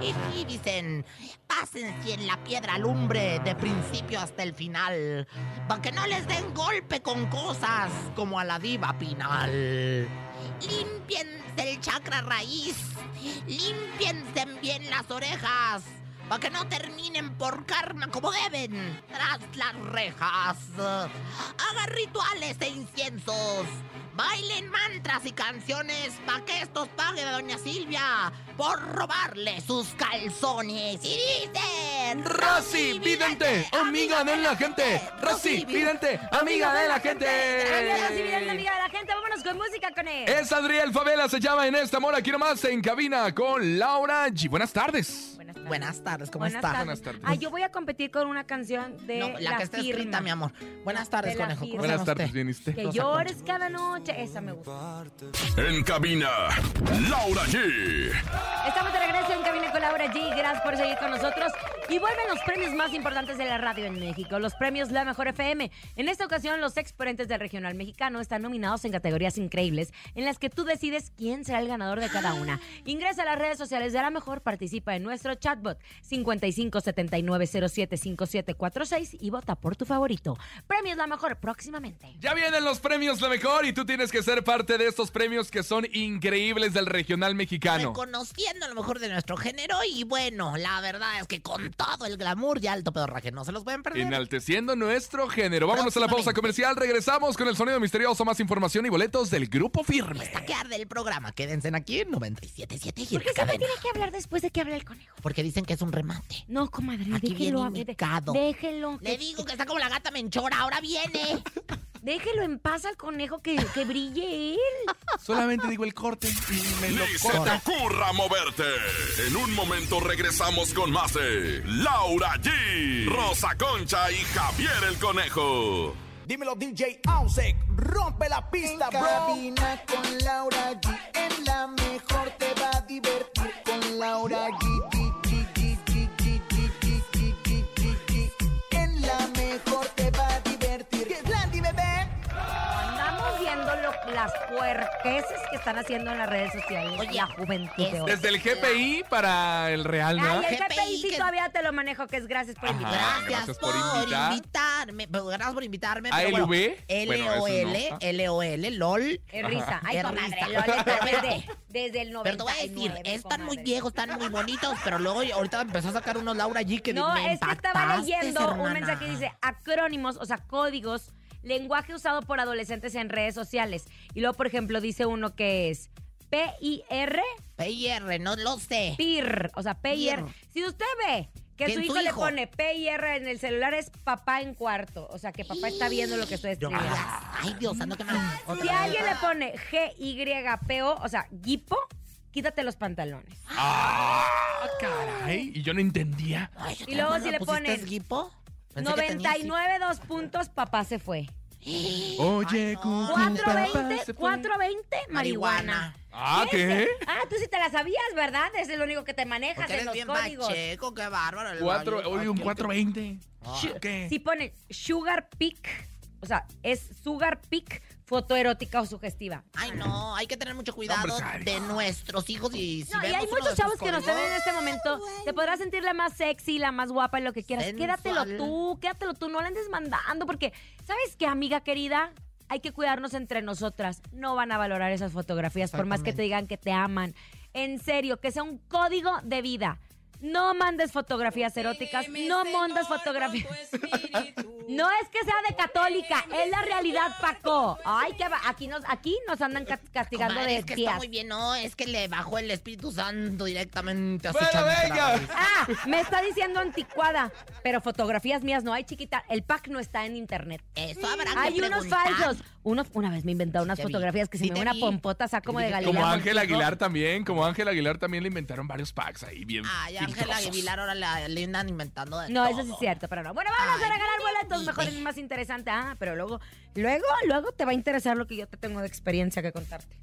S3: Y sí, dicen, pásense en la piedra lumbre de principio hasta el final, para que no les den golpe con cosas como a la diva Pinal. Limpiense el chakra raíz, limpiense bien las orejas, para que no terminen por karma como deben, tras las rejas. Hagan rituales e inciensos. Bailen mantras y canciones para que estos pague a Doña Silvia por robarle sus calzones. Y dicen...
S4: Rosy Vidente, amiga de la gente. Rosy Vidente, amiga de la gente.
S6: Gracias, Rosy Vidente, amiga de la gente. Vámonos con música con él.
S4: Es Adriel Favela, se llama en Este esta mora. Quiero más en cabina con Laura G. Buenas tardes.
S6: Buenas tardes.
S3: Buenas tardes, ¿cómo
S6: Buenas
S3: estás?
S4: Buenas tardes.
S6: Ah, yo voy a competir con una canción de
S3: No,
S6: la,
S3: la, que está
S6: firma.
S3: escrita, mi amor. Buenas tardes,
S6: De la
S3: conejo. ¿cómo
S6: firma.
S3: se llama
S4: Buenas tardes,
S3: usted?
S4: ¿viniste?
S6: Que llores cada noche. Esa me gusta.
S5: En cabina, Laura G.
S6: Estamos de regreso en Cabina con Laura G. Gracias por seguir con nosotros. Y vuelven los premios más importantes de la radio en México. Los premios La Mejor FM. En esta ocasión, los exponentes del regional mexicano están nominados en categorías increíbles en las que tú decides quién será el ganador de cada una. Ingresa a las redes sociales de La Mejor, participa en nuestro chatbot 5579075746 y vota por tu favorito. Premios La Mejor próximamente.
S4: Ya vienen los premios La Mejor y tú tienes que ser parte de estos premios que son increíbles del regional mexicano.
S3: Reconociendo a lo mejor de nuestro género y bueno, la verdad es que con todo el glamour y alto pedorraje no se los pueden perder.
S4: Enalteciendo nuestro género. Vámonos a la pausa
S3: Próximamente.
S4: comercial. Regresamos con el sonido misterioso, más información y boletos del Grupo Firme.
S3: Hasta que arde el programa. Quédense aquí en 97.7 y
S6: ¿Por qué siempre tiene que hablar después de que habla el conejo?
S3: Porque dicen que es un remate.
S6: No, comadre,
S3: Aquí
S6: déjelo
S3: viene
S6: hable,
S3: indicado.
S6: Déjelo.
S3: Le
S6: que-
S3: digo que está como la gata menchora, ahora viene.
S6: Déjelo en paz al conejo que, que brille él.
S4: Solamente digo el corte y me lo
S5: Ni se te
S4: corta.
S5: ocurra moverte. En un momento regresamos con más de Laura G, Rosa Concha y Javier el Conejo.
S1: Dímelo DJ Ausek, rompe la pista,
S9: En
S1: bro.
S9: cabina con Laura G. En la mejor te va a divertir con Laura G. G, G, G, G, G, G, G, G, G, G, G. En la mejor te va a divertir. ¡Qué Landy, bebé!
S6: Andamos viendo lo- las puerqueses que están haciendo en las redes sociales.
S3: Oye,
S6: la juventud de hoy.
S4: Desde el GPI para el Real, ¿no?
S6: Ay, el
S3: GPI
S6: GPI sí
S3: que-
S6: todavía te lo manejo, que es gracias por
S4: Ajá.
S6: invitar.
S3: Gracias,
S4: gracias por
S3: por,
S4: invitar.
S3: invitarme. Pero Gracias por invitarme.
S4: ¿A
S3: pero bueno,
S4: LV? Bueno, eso no.
S3: LOL,
S4: Ah.
S3: LOL, LOL.
S6: Es risa. Ay,
S3: Qué
S6: comadre,
S3: risa.
S6: Loli, tal vez de- desde el 99.
S3: Pero te voy a decir, están muy
S6: comadre.
S3: viejos, están muy bonitos, pero luego ahorita empezó a sacar unos Laura allí que
S6: No,
S3: me
S6: es que estaba
S3: impactaste,
S6: leyendo un
S3: hermana.
S6: mensaje que dice acrónimos, o sea, códigos, lenguaje usado por adolescentes en redes sociales. Y luego, por ejemplo, dice uno que es PIR,
S3: PIR, no lo sé.
S6: PIR, o sea,
S3: PIR.
S6: PIR. Si usted ve que
S3: Que
S6: su
S3: en
S6: hijo,
S3: su
S6: le
S3: hijo.
S6: pone PIR en el celular es papá en cuarto, o sea, que papá está viendo lo que estoy
S3: No
S6: escribiendo.
S3: digas. Ay, Dios, ando que mal. Otra
S6: Si
S3: vez.
S6: Ah, alguien le pone GYPO, o sea, guipo, quítate los pantalones.
S4: Ah, caray. Y yo no entendía.
S3: Ay,
S6: Y luego si le
S3: ¿pusiste
S6: pones
S3: esguipo? Pensé que tenía así.
S6: 99 dos puntos, papá se fue.
S4: Oye,
S3: no.
S4: Cucu, papá,
S6: 420,
S4: se fue.
S6: 420, marihuana.
S3: Marihuana.
S4: Ah, ¿qué?
S6: Ah, tú sí te la sabías, ¿verdad? Es el único que te manejas
S3: Porque
S6: en
S3: eres
S6: los
S3: bien
S6: códigos.
S3: pacheco, qué bárbaro. el
S4: Cuatro,
S3: Loli.
S4: oye, un
S3: Ay,
S4: 420.
S6: Shu-
S4: Ah, ¿Qué?
S6: Si ponen sugar peak, o sea, es sugar peak fotoerótica o sugestiva.
S3: Ay, no, hay que tener mucho cuidado
S4: Hombre,
S3: de nuestros hijos y si
S6: No, y
S3: vemos
S6: hay
S3: uno
S6: muchos
S3: de sus
S6: chavos que nos
S3: códigos,
S6: ven en este momento. Te podrás sentir la más sexy, la más guapa, lo que quieras.
S3: Sensual.
S6: Quédatelo tú, quédatelo tú, no la andes mandando, porque, ¿sabes qué, amiga querida? Hay que cuidarnos entre nosotras. No van a valorar esas fotografías, por más que te digan que te aman. En serio, que sea un código de vida. No mandes fotografías eróticas, no mandas fotografías. No es que sea de católica, es la realidad, Paco. Ay, que va- aquí nos, aquí nos andan ca- castigando
S3: comadre,
S6: de
S3: es que está
S6: tías.
S3: muy bien, no, es que le bajó el Espíritu Santo directamente a su
S4: Bueno,
S3: chancla.
S4: venga.
S6: Ah, me está diciendo anticuada, pero fotografías mías no hay, chiquita. El pack no está en internet.
S3: Eso habrá que
S6: Hay unos
S3: preguntar.
S6: falsos. Unos, una vez me inventaron unas
S3: te vi,
S6: fotografías que
S3: sí
S6: se me
S3: te
S6: ve una
S3: vi.
S6: pompota, saco como de Galilea.
S4: Como Ángel
S6: Montijo.
S4: Aguilar también, como Ángel Aguilar también le inventaron varios packs ahí, bien
S3: Ay, Ángela
S4: filtrosos.
S3: Ah, Aguilar ahora la le andan inventando de
S6: No, eso sí
S3: todo.
S6: es cierto, pero no. Bueno, vamos a
S3: Ay,
S6: regalar
S3: no,
S6: boletos,
S3: ni
S6: mejor
S3: ve.
S6: es más interesante. Ah, pero luego, luego, luego te va a interesar lo que yo te tengo de experiencia que contarte.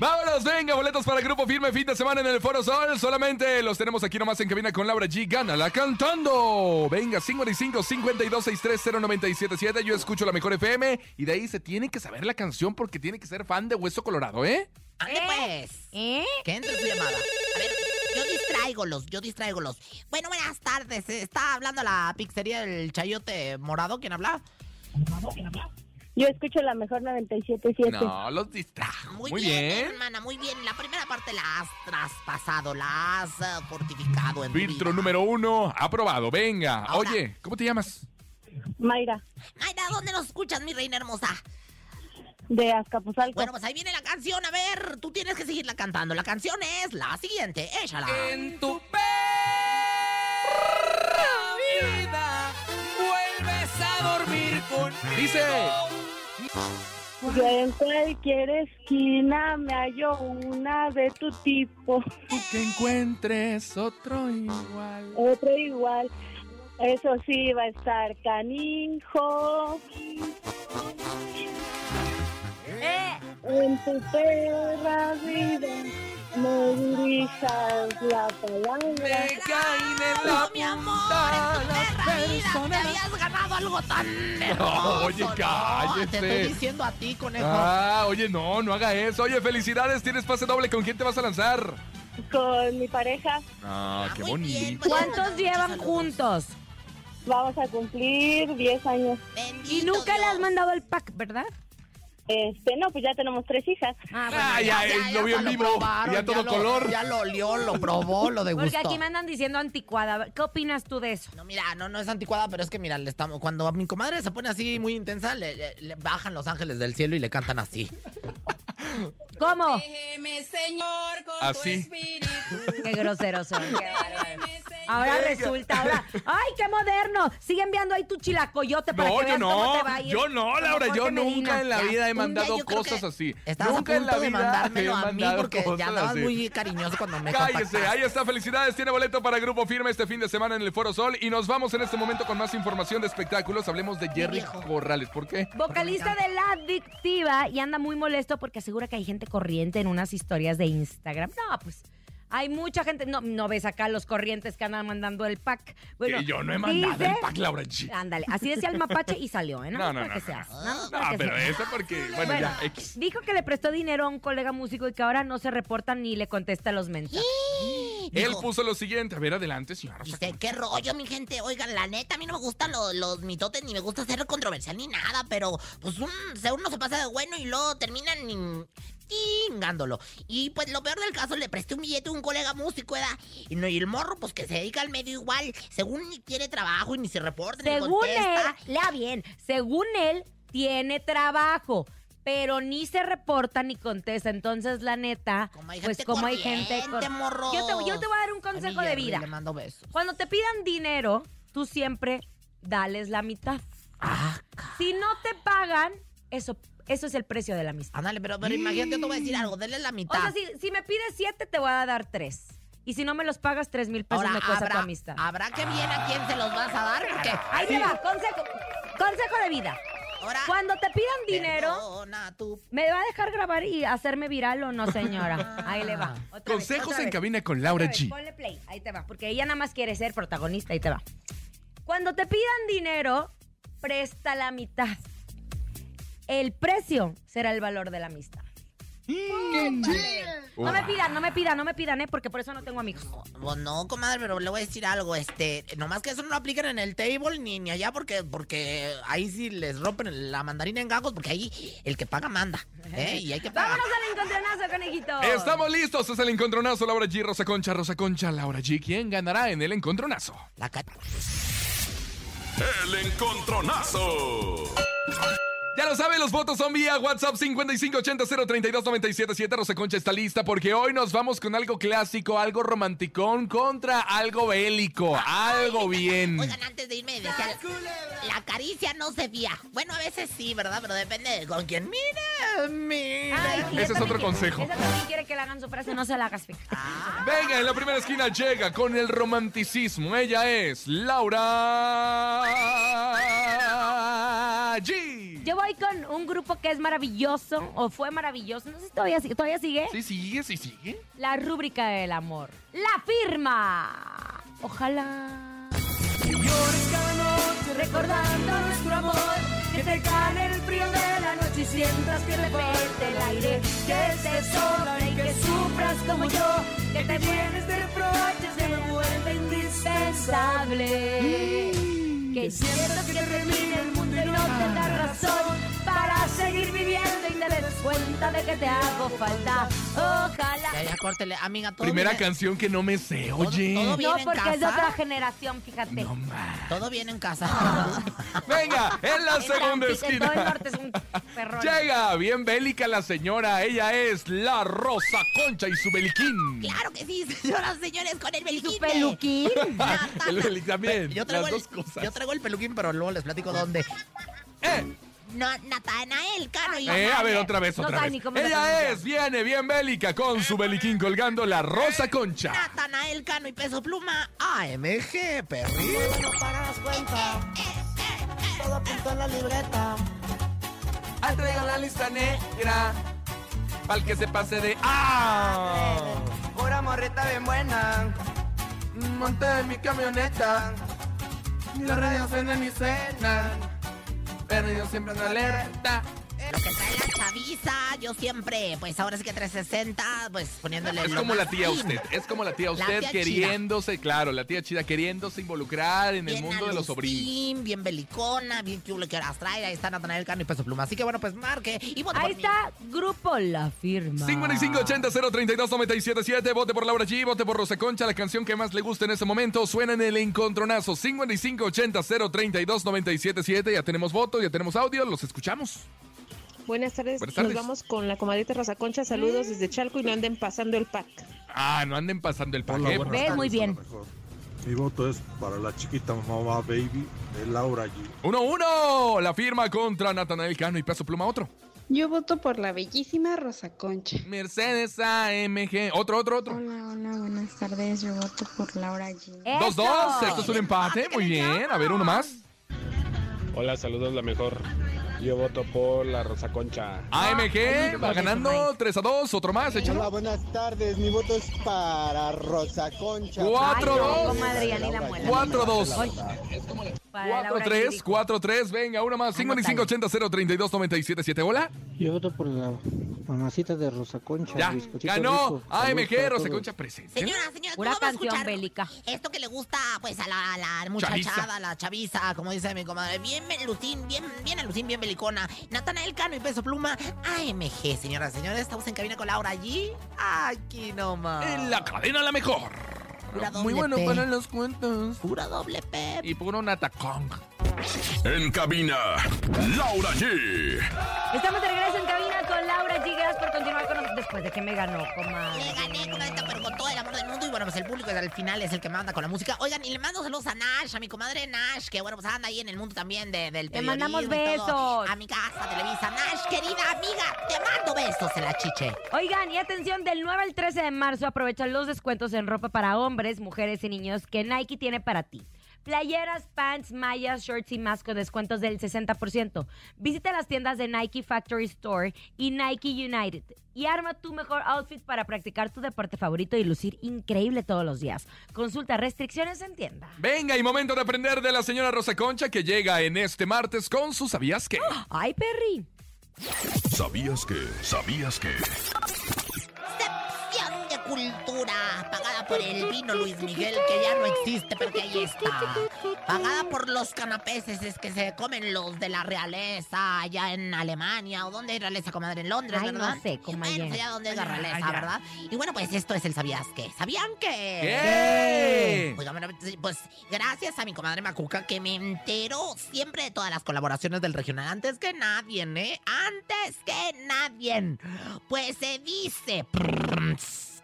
S4: Vámonos, venga, boletos para Grupo Firme, fin de semana en el Foro Sol. Solamente los tenemos aquí nomás en cabina con Laura G. Gánala cantando. Venga, 55-5263-0977. Yo escucho la mejor FM y de ahí se tiene que saber la canción porque tiene que ser fan de Hueso Colorado, ¿eh?
S3: Ande
S6: ¿Eh?
S3: pues.
S6: ¿Eh?
S3: Que entre su llamada. A ver, yo distraigolos, yo distraigolos. Bueno, buenas tardes. Está hablando la pizzería del Chayote Morado. ¿Quién habla?
S10: Yo escucho la mejor 97.7.
S4: No, los distrajo. Muy, bien.
S3: hermana, muy bien. La primera parte la has traspasado, la has eh, fortificado en tu
S4: Filtro
S3: vida.
S4: número uno, aprobado. Venga.
S3: Ahora.
S4: Oye, ¿cómo te mayas
S10: Mayra,
S3: Mayra, ¿dónde nos escuchas, mi reina hermosa?
S10: de Azcapotzalco.
S3: Bueno, pues ahí viene la canción. A ver, tú tienes que seguirla cantando. La canción es la siguiente. Échala.
S7: En tu perra vida vuelves a dormir conmigo.
S4: Dice.
S10: Yo en cualquier esquina me hallo una de tu tipo,
S4: Tú que encuentres otro igual.
S10: otro igual. Eso sí va a estar canijo.
S6: ¿Eh?
S10: En tu perra vida me dirijas la palabra.
S4: caen en
S3: No, mi amor, en tu perra vida te habías ganado algo tan hermoso.
S4: Oye,
S3: ¿no?
S4: cállese.
S3: Te estoy diciendo a ti, conejo.
S4: Ah, oye, no, no haga eso. Oye, felicidades, tienes pase doble. ¿Con quién te vas a lanzar?
S10: Con mi pareja
S4: Ah, qué
S3: muy bien,
S4: bonito.
S3: pues,
S6: ¿Cuántos llevan
S3: saludos.
S6: juntos?
S10: vamos a cumplir 10 años.
S3: Bendito
S6: Y nunca le
S3: Dios.
S6: has mandado el pack, ¿verdad?
S10: Este, no, pues ya tenemos tres hijas.
S6: Ah, bueno.
S4: Ay,
S3: Ya,
S4: ay,
S3: ya, ya
S4: lo vi en
S3: hasta
S4: vivo.
S3: probaron,
S4: ya todo
S3: lo-
S4: color.
S3: Ya lo olió, lo probó, lo
S6: Porque
S3: degustó.
S6: aquí me andan diciendo anticuada. ¿Qué opinas tú de eso?
S3: No, mira, no, no es anticuada, pero es que mira, le estamos, cuando a mi comadre se pone así muy intensa, le, le- le bajan los ángeles del cielo y le cantan así.
S6: ¿Cómo? pues,
S4: Así.
S6: Qué grosero son. qué bárbaro. Ahora resulta, ahora. ¡Ay, qué moderno! Sigue enviando ahí tu chilacoyote para
S4: No,
S6: que
S4: yo
S6: veas cómo te va
S4: no.
S6: a ir.
S4: Yo no,
S6: Como
S4: Laura. Yo
S6: Jorge Medina.
S4: nunca en la
S3: Ya,
S4: vida he
S3: un día
S4: mandado
S3: yo creo
S4: cosas
S3: que
S4: así.
S3: Estás
S4: nunca
S3: a
S4: en la
S3: punto de
S4: vida he
S3: mandármelo a mí
S4: mandado
S3: porque ya
S4: cosas
S3: andabas
S4: así.
S3: muy cariñoso cuando me
S4: Cállese,
S3: contactaste.
S4: ahí está, felicidades, tiene boleto para Grupo Firme este fin de semana en el Foro Sol y nos vamos en este momento con más información de espectáculos, hablemos de Jerry
S3: viejo.
S4: Corrales, ¿por qué?
S6: Vocalista de La Adictiva y anda muy molesto porque asegura que hay gente corriente en unas historias de Instagram. No, pues. Hay mucha gente. No, no ves acá los corrientes que andan mandando el pack. Bueno,
S4: que yo no he mandado
S6: dice-
S4: el pack, Laura G.
S6: Ándale, así decía el mapache y salió, ¿eh? Nada
S4: No,
S6: más
S4: no,
S6: para
S4: no,
S6: que
S4: no.
S6: seas. nada más
S4: No,
S6: para que
S4: pero
S6: seas.
S4: eso porque, bueno,
S6: Bueno,
S4: ya, X.
S6: dijo que le prestó dinero a un colega músico y que ahora no se reportan ni le contesta los mensajes.
S4: Él
S3: Dijo,
S4: puso lo siguiente, a ver, adelante, señora. Rosa.
S3: Dice, qué rollo, mi gente. Oigan, la neta, a mí no me gustan los, los mitotes, ni me gusta ser controversial ni nada, pero pues un, se- uno se pasa de bueno y luego terminan in- chingándolo. Y pues lo peor del caso, le presté un billete a un colega músico, ¿verdad? Y, no, y el morro, pues que se dedica al medio igual, según ni quiere trabajo y ni se reporta, ni
S6: Según él,
S3: contesta.
S6: lea bien, según él, tiene trabajo, pero ni se reporta ni contesta. Entonces, la neta,
S3: Como hay
S6: pues
S3: gente
S6: como hay gente...
S3: corriente,
S6: cor-
S3: morros.
S6: yo, te, yo te voy a dar un
S3: A mi
S6: consejo de
S3: Jerry
S6: vida.
S3: Le mando besos.
S6: Cuando te pidan dinero, tú siempre dales la mitad.
S3: Ah,
S6: Si no te pagan, eso, eso es el precio de la amistad.
S3: ándale, pero, pero imagínate, yo te voy a decir algo, dale la
S6: O
S3: mitad.
S6: sea, si, si me pides siete, te voy a dar tres. Y si no me los pagas, tres mil pesos me cuesta Pues tu amistad.
S3: habrá que bien a quién se los vas a dar, porque
S6: Ahí te va, consejo, consejo de vida.
S3: ahora...
S6: Cuando te pidan dinero,
S3: Perdona tu-
S6: ¿me va a dejar grabar y hacerme viral o no, señora? Ahí le va. Otra vez,
S4: Consejos
S6: otra
S4: en
S6: vez.
S4: cabina con Laura
S6: Otra vez,
S4: G.
S6: Ponle play, ahí te va, porque ella nada más quiere ser protagonista, ahí te va. Cuando te pidan dinero, presta la mitad. el precio será el valor de la amistad.
S4: Mm, Uh.
S6: No me pidan, no me pidan, no me pidan, ¿eh? Porque por eso no tengo amigos.
S3: Pues no, comadre, pero le voy a decir algo. Este, nomás que eso no lo apliquen en el table ni, ni allá porque, porque ahí sí les rompen la mandarina en gajos porque ahí el que paga manda. ¿eh? Y hay que pagar.
S6: ¡Vámonos al encontronazo, conejito!
S4: Estamos listos, es el encontronazo, Laura G, Rosa Concha, Rosa Concha, Laura G. ¿Quién ganará en el encontronazo?
S3: La cata.
S5: El encontronazo.
S4: Ya lo saben, los votos son vía WhatsApp 5580032977. Rosa Concha está lista porque hoy nos vamos con algo clásico, algo romanticón contra algo bélico, algo bien.
S3: Oigan, antes de irme, decía, la caricia no se fía. Bueno, a veces sí, ¿verdad? Pero depende de con quién. Mire, mire.
S6: Ay, sí,
S4: Ese es
S6: esa
S4: otro
S6: también-
S4: consejo.
S6: Esa también quiere que le hagan su frase, no se la hagas, fija.
S4: Venga, en la primera esquina llega con el romanticismo. Ella es Laura G.
S6: Yo voy con un grupo que es maravilloso, o fue maravilloso, no sé si todavía, sigue- todavía sigue.
S4: Sí, sigue, sí, sigue.
S6: La rúbrica del amor. ¡La firma! Ojalá. recordando nuestro amor. Que te gane el frío de la noche y sientas que te parte el aire. Que te sobra y que sufras como yo. Que te vienes de reproches que me vuelve indispensable. Que sientas que termina el mundo y no te da razón para seguir viviendo y te des cuenta de que te hago falta. Ojalá.
S3: Ya, ya, córtele. Amiga, todo
S4: Primera
S3: viene-
S4: canción que no me sé,
S3: Todo-
S4: oye.
S3: todo bien.
S6: No,
S3: en
S6: porque es de
S3: casa?
S6: otra generación, fíjate.
S4: No ma-
S3: Todo bien en casa.
S4: Venga, en la
S6: En
S4: segunda
S6: Tampico, en todo el
S4: esquina.
S6: norte es un perro.
S4: Llega, bien bélica la señora. Ella es la Rosa Concha y su beliquín.
S3: claro que sí, señoras, señores, con el
S6: ¿Y
S3: beliquín.
S6: su peluquín?
S4: El beliquín también.
S3: Yo
S4: las
S3: traigo, el,
S4: dos cosas.
S3: yo traigo el peluquín, pero luego les platico dónde.
S4: Eh,
S3: No, Natanael, Cano y
S4: eh, a ver, otra vez,
S6: No
S4: otra
S6: sabe
S4: vez.
S6: ni cómo se
S4: Ella
S6: pronuncia.
S4: es, viene bien bélica con su beliquín colgando la Rosa Concha.
S3: Natanael, Cano y Peso Pluma, AMG, perri.
S9: No pagas cuenta. Todo apunta en la libreta.
S4: Entrega la lista negra. Pa'l que se pase de. ¡Ah!
S9: Pura morrita bien buena. Monta en mi camioneta. Los radios suenan mi cena. Pero yo siempre ando alerta.
S3: Lo que trae la chaviza, yo siempre, pues ahora sí que 360, pues poniéndole.
S4: Es
S3: lo
S4: como
S3: más
S4: la tía
S3: in.
S4: usted, es como la tía
S3: La
S4: usted
S3: tía
S4: queriéndose, claro, la tía chida queriéndose involucrar en el
S3: Bien
S4: mundo de los sobrinos.
S3: alustín, Bien belicona, bien que que las trae. Ahí está Natanael Cano y Peso Pluma. Así que bueno, pues marque y vote por
S6: Ahí
S3: mí.
S6: está, grupo La Firma.
S4: 5580-032-977, vote por Laura G, vote por Rosa Concha, la canción que más le gusta en ese momento, suena en el encontronazo. 5580-032-977, ya tenemos voto, ya tenemos audio, los escuchamos.
S11: Buenas tardes.
S4: Buenas tardes.
S11: Nos vamos con la comadrita Rosa Concha. Saludos desde Chalco y no anden pasando el pack.
S4: Ah, no anden pasando el paquete.
S6: ¿Ves? Muy bien.
S8: Mi voto es para la chiquita mamá baby de Laura G.
S4: 1-1, la firma contra Natanael Cano y Peso Pluma, otro.
S11: Yo voto por la bellísima Rosa Concha.
S4: Mercedes AMG, otro, otro, otro.
S11: Hola, hola, buenas tardes. Yo voto por Laura G.
S6: ¡Eso! Ah,
S4: Dos, dos. Esto es un empate. Muy bien. A ver, uno más.
S12: Hola, saludos, la mejor. Yo voto por la Rosa Concha.
S6: Ah,
S4: AMG va ganando 3 a 2. Otro más. Échalo.
S8: buenas tardes. Mi voto es para Rosa Concha.
S6: Ay,
S4: Cuatro,
S6: no,
S4: dos.
S6: comadre, ya ni la muela.
S4: Cuatro, dos.
S6: Ay, para Laura
S4: 4 3,
S6: Chirico.
S4: 4 3. Venga, una más. 55 80 0 32 97 7. Hola.
S8: Yo voto por la mamacita de Rosa Concha.
S4: Ya.
S8: bizcochito
S4: Ganó
S8: rico. Saludos
S4: AMG
S8: para
S4: Rosa
S8: todos.
S4: Concha presente.
S3: Señora, señora,
S6: Pura
S3: ¿cómo va a
S6: canción
S3: escuchar
S6: bélica.
S3: Esto que le gusta, pues, a la, a la muchachada,
S4: Chaviza.
S3: a la chaviza, como dice mi comadre. Bien belutín, bien, bien alucín, bien belicona. Natanael Cano y Peso Pluma, AMG, señoras y señores. Estamos en cabina con Laura allí. Aquí nomás.
S4: En la cadena la mejor.
S3: Pura doble
S4: Muy bueno
S3: P.
S4: para los cuentos.
S3: Pura doble P.
S4: Y puro natacón.
S5: En cabina, Laura G.
S6: Estamos de regreso en cabina con Laura G. Gracias por continuar con nosotros después de que me ganó, comadre.
S3: Le gané, comadre, pero con todo el amor del mundo. Y bueno, pues el público al final es el que manda con la música. Oigan, y le mando saludos a Nash, a mi comadre Nash, que bueno, pues anda ahí en el mundo también de- del
S6: Te
S3: periodismo
S6: mandamos
S3: y todo.
S6: besos.
S3: A mi casa, Televisa. Nash, querida amiga, te mando besos en la chiche.
S6: Oigan, y atención, del 9 al 13 de marzo aprovechan los descuentos en ropa para hombres, mujeres y niños que Nike tiene para ti. Playeras, pants, mallas, shorts y más con descuentos del 60%. Visita las tiendas de Nike Factory Store y Nike United y arma tu mejor outfit para practicar tu deporte favorito y lucir increíble todos los días. Consulta restricciones en tienda.
S4: Venga, y momento de aprender de la señora Rosa Concha que llega en este martes con sus sabías qué.
S6: ¡Ay, Perry!
S5: ¿Sabías que? ¿Sabías que?
S3: Sección de cultura, pagada por el vino Luis Miguel, que ya no existe, pero que ahí está. Pagada por los canapeses, es que se comen los de la realeza allá en Alemania, o donde hay realeza, comadre, en Londres,
S6: Ay, no
S3: ¿verdad?
S6: sé, comadre.
S3: Bueno, pues, allá donde hay
S6: Allá,
S3: realeza,
S6: allá.
S3: ¿verdad? Y bueno, pues esto es el ¿Sabías qué? ¿Sabían qué?
S4: ¿Qué?
S3: Oigan, bueno, pues gracias a mi comadre Macuca que me entero siempre de todas las colaboraciones del regional. Antes que nadie, ¿eh? Antes que nadie. Pues se dice...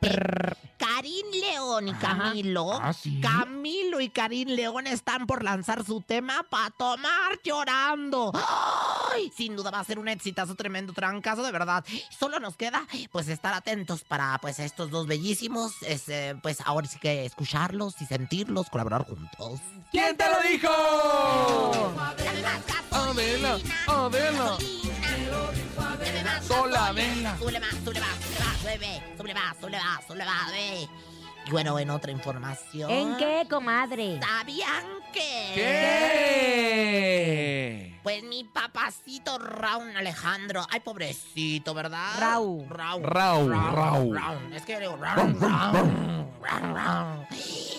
S3: Karim León y Camilo.
S4: Ah, sí.
S3: Camilo y Karim León están por lanzar su tema para tomar llorando. ¡Ay! Sin duda va a ser un exitazo tremendo, trancazo, de verdad. Solo nos queda, pues, estar atentos para, pues, estos dos bellísimos. es, eh, pues, ahora sí que escucharlos y sentirlos, colaborar juntos.
S4: ¿Quién te lo dijo?
S3: Dame más gasolina,
S4: Adela, Adela.
S3: dame más
S4: Sola,
S3: gasolina.
S4: vela.
S3: Súbele más, súbele más, súbele más, bebé. Súbele más, súbele más, súbele más, bebé. Y bueno, en otra información.
S6: ¿En qué, comadre?
S3: ¿Sabían que?
S4: ¿Qué?
S3: Pues mi papacito Raúl Alejandro. Ay, pobrecito, ¿verdad?
S6: Raúl.
S3: Raúl.
S4: Raúl, Raúl.
S3: Raúl. Es que yo digo Raúl, Raúl, Raúl, Raúl.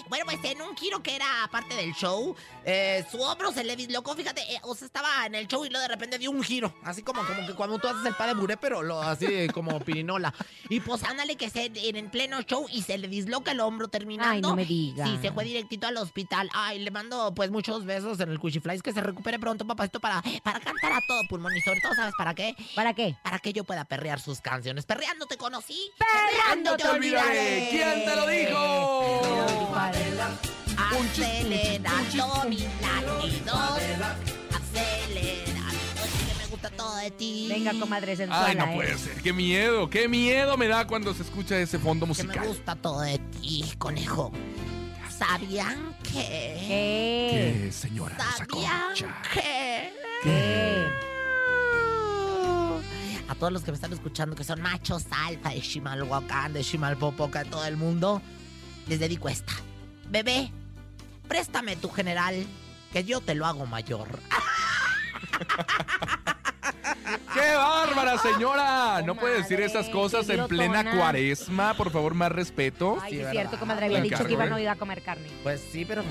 S3: Bueno, pues en un giro que era parte del show, eh, su hombro se le dislocó, fíjate, eh, o sea, estaba en el show y luego de repente dio un giro, así como, como que cuando tú haces el pa de buré, pero lo, así como pirinola. Y pues ándale que se en el pleno show y se le disloca el hombro terminando.
S6: Ay, no me digas.
S3: Sí, se fue directito al hospital. Ay, le mando pues muchos besos en el Cuchiflies, que se recupere pronto, papacito, para, para cantar a todo pulmón y sobre todo, ¿sabes para qué?
S6: ¿Para qué?
S3: Para que yo pueda perrear sus canciones. Perreando te conocí.
S6: Perreando te
S4: Olvidaré. ¿Quién te lo dijo?
S3: Acelerando mis latidos. Acelerando. Es que me gusta todo de ti.
S6: Venga, comadre, sensuala,
S4: Ay, no pues.
S6: ¿eh?
S4: puede ser. Qué miedo, qué miedo me da cuando se escucha ese fondo
S3: Que me
S4: musical.
S3: gusta todo de ti, conejo. ¿Sabían que?
S6: ¿Qué?
S4: ¿Qué, señora? Rosa
S3: ¿Sabían
S4: Concha?
S3: que?
S6: ¿Qué?
S3: A todos los que me están escuchando, que son machos alfa de Chimalhuacán, de Chimalpopoca, de todo el mundo, les dedico esta. Bebé, préstame tu general, que yo te lo hago mayor.
S4: ¡Qué bárbara, señora! No puede decir
S6: Comadre,
S4: esas cosas en plena
S6: glotona.
S4: cuaresma. Por favor, más respeto.
S6: Ay,
S3: Sí,
S6: es
S3: ¿verdad?
S6: cierto, comadre, habían dicho
S4: Encargo,
S6: que iban
S4: ¿eh?
S6: a ir a comer carne.
S3: Pues sí, pero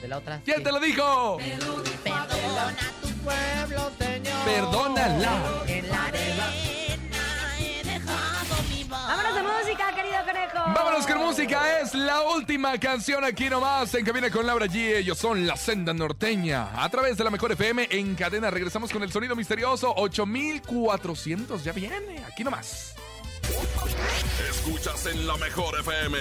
S3: de la otra.
S4: ¿Quién te lo dijo?
S3: Perdona tu pueblo, señor.
S4: Perdónala.
S3: En la arena he dejado mi voz.
S6: ¡Vámonos de música, querido conejo!
S4: Vámonos con música. Es la última canción aquí nomás. En Cabina con Laura G. Ellos son La Senda Norteña. A través de la Mejor FM en cadena. Regresamos con el sonido misterioso. 8400. Ya viene. Aquí nomás.
S5: Escuchas en la mejor FM.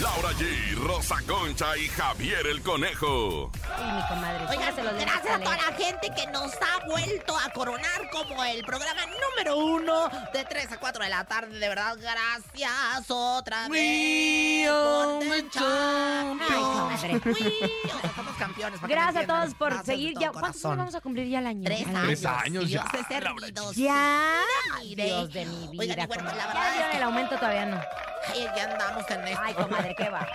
S5: Laura G, Rosa Concha y Javier el Conejo.
S6: Ay, mi comadre,
S3: Oigan,
S6: póngaselo de
S3: gracias a
S6: Natalia.
S3: toda la gente que nos ha vuelto a coronar como el programa número uno de 3 a 4 de la tarde. De verdad, gracias otra vez. por ser champions.
S6: Ay, comadre.
S3: Uy, o sea, somos campeones. para que me
S6: Gracias a
S3: entiendan.
S6: todos por
S3: Gracias de
S6: seguir.
S3: todo
S6: Ya, ¿Cuántos
S3: corazón.
S6: años vamos a cumplir ya el año?
S3: Tres
S6: Ay,
S3: años.
S4: Tres años
S3: y yo
S4: ya,
S3: sé ser
S4: Laura
S3: servido,
S6: Ya.
S3: sí, iré.
S6: Dios de mi vida.
S3: Oigan, y bueno,
S6: comadre.
S3: la
S6: ya
S3: verdad
S6: dieron
S3: es
S6: el
S3: que
S6: aumento, todavía no.
S3: ay, ya andamos en este esto.
S6: Ay, comadre, qué va.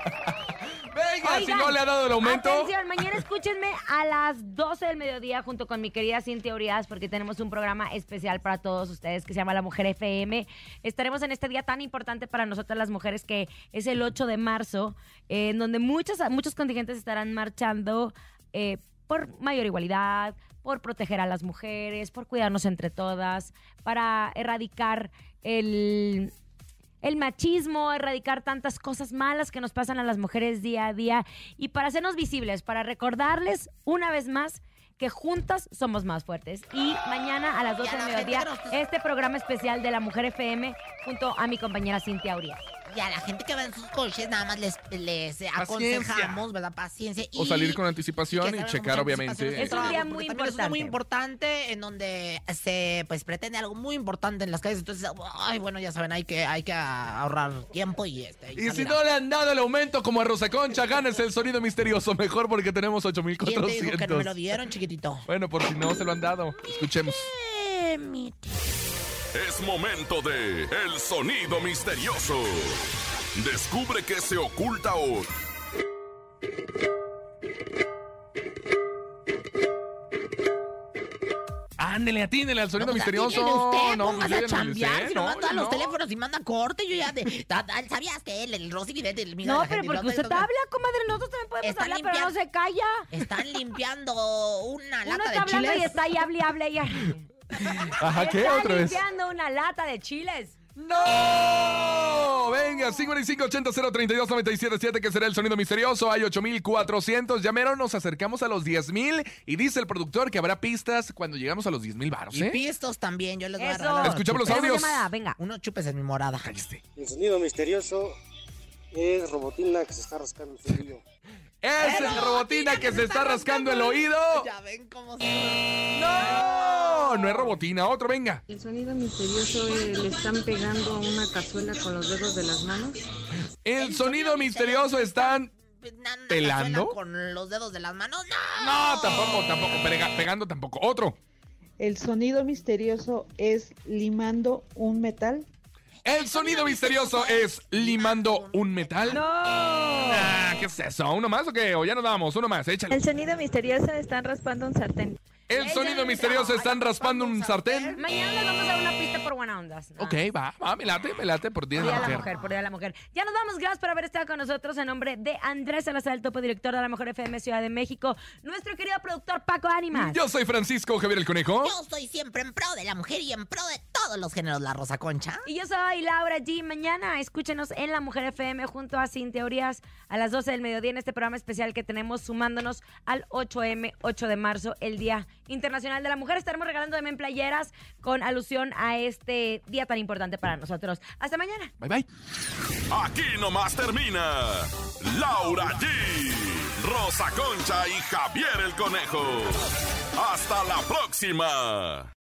S4: Venga, si
S6: Oigan,
S4: no le ha dado el aumento.
S6: Atención, mañana escúchenme a las 12 del mediodía junto con mi querida Cintia Urias porque tenemos un programa especial para todos ustedes que se llama La Mujer FM. Estaremos en este día tan importante para nosotras las mujeres que es el 8 de marzo, eh, en donde muchos, muchos contingentes estarán marchando eh, por mayor igualdad, por proteger a las mujeres, por cuidarnos entre todas, para erradicar el el machismo, erradicar tantas cosas malas que nos pasan a las mujeres día a día y para hacernos visibles, para recordarles una vez más que juntas somos más fuertes. Y mañana a las
S3: Y
S6: 12
S3: a
S6: del
S3: la gente
S6: mediodía,
S3: que nos-
S6: este programa especial de la Mujer FM junto a mi compañera Cintia Urias.
S3: Y a la gente que va en sus coches, nada más les, les eh,
S4: Paciencia.
S3: aconsejamos, ¿verdad? Paciencia.
S4: O
S3: Y-
S4: salir con
S3: que
S4: anticipación y
S3: salgan
S4: checar,
S3: con mucha anticipación
S4: obviamente. eh,
S3: en sus
S6: Es un día
S3: trabajos, porque
S6: muy
S3: también eso Es muy
S6: importante.
S3: importante en donde se pues pretende algo muy importante en las calles. Entonces, ay, bueno, ya saben, hay que, hay que ahorrar tiempo y este.
S4: Y si
S3: salir a-
S4: no le han dado el aumento como a Rosa Concha, ganes el sonido misterioso. Mejor porque tenemos
S3: ¿Quién te dijo que no me lo
S4: 8400.
S3: dieron, chiquitito?
S4: Bueno, por si no se lo han dado. Escuchemos.
S3: Eh, mi
S5: Es momento de El sonido misterioso. Descubre qué se oculta hoy.
S4: Ah, ándele, atínele al sonido
S3: No, pues,
S4: misterioso.
S3: atiéndele usted, póngase
S4: no, yo ya
S3: a
S4: no le sé,
S3: chambear, si no,
S4: no,
S3: mando a
S4: yo
S3: los
S4: no.
S3: teléfonos y manda corte, yo ya de, da- da- sabías que él, el Rosy Vidente, el mismo
S6: No, pero porque usted habla, comadre, nosotros también podemos
S3: Está
S6: hablar, pero no
S3: limpiando-
S6: se calla.
S3: Están limpiando una
S6: Uno
S3: lata
S6: está
S3: de
S6: hablando
S3: chiles.
S6: y está ahí, hable, hable, y
S4: Ajá, ¿qué? Otra vez.
S6: limpiando una lata de chiles.
S4: ¡No! Venga, 5580-032-977, que será el sonido misterioso. Hay 8400. Llamaron, nos acercamos a los 10000. Y dice el productor que habrá pistas cuando llegamos a los 10000 baros,
S3: Y
S4: ¿eh?
S3: pistos también, yo les voy a
S6: Eso.
S3: regalar. unos
S4: Escuchamos los
S3: chupes.
S4: audios.
S6: Llamada, venga.
S3: Uno chupes en mi morada.
S13: El sonido misterioso es Robotina que se está rascando el oído.
S4: Es el robotina que se está rascando el oído.
S3: Ya ven cómo se...
S4: ¡No! No es robotina, otro, venga.
S14: El sonido misterioso es, le están pegando a una cazuela con los dedos de las manos.
S4: El sonido misterioso están. ¿Pelando?
S3: Con los dedos de las manos. ¡No!
S4: No, tampoco, tampoco. Pega- pegando tampoco. Otro.
S11: El sonido misterioso es limando un metal.
S4: El sonido misterioso es limando un metal. ¡No! ¿Qué es eso? ¿Uno más o qué? O ya nos vamos, uno más, échale.
S15: sonido misterioso están raspando un sartén.
S4: El sonido misterioso están raspando un sartén.
S6: Mañana les vamos a dar una pista por buena ondas. ¿no?
S4: Ok, va, va, me late, me late por ti de la
S6: Por Día de la
S4: mujer.
S6: mujer, por Día de la mujer. Ya nos vamos, gracias por haber estado con nosotros en nombre de Andrés Salazar, el topo director de la Mejor FM Ciudad de México, nuestro querido productor Paco Ánimas.
S4: Yo soy Francisco Javier el Conejo.
S3: Yo soy siempre en pro de la mujer y en pro de todos los géneros, la Rosa Concha.
S6: Y yo soy Laura G. Mañana escúchenos en La Mujer FM junto a Sin Teorías a las 12 del mediodía en este programa especial que tenemos sumándonos al 8M, 8 de marzo, el Día Internacional de la Mujer. Estaremos regalando también playeras con alusión a este día tan importante para nosotros. Hasta mañana.
S4: Bye bye.
S5: Aquí nomás termina Laura G, Rosa Concha y Javier el Conejo. Hasta la próxima.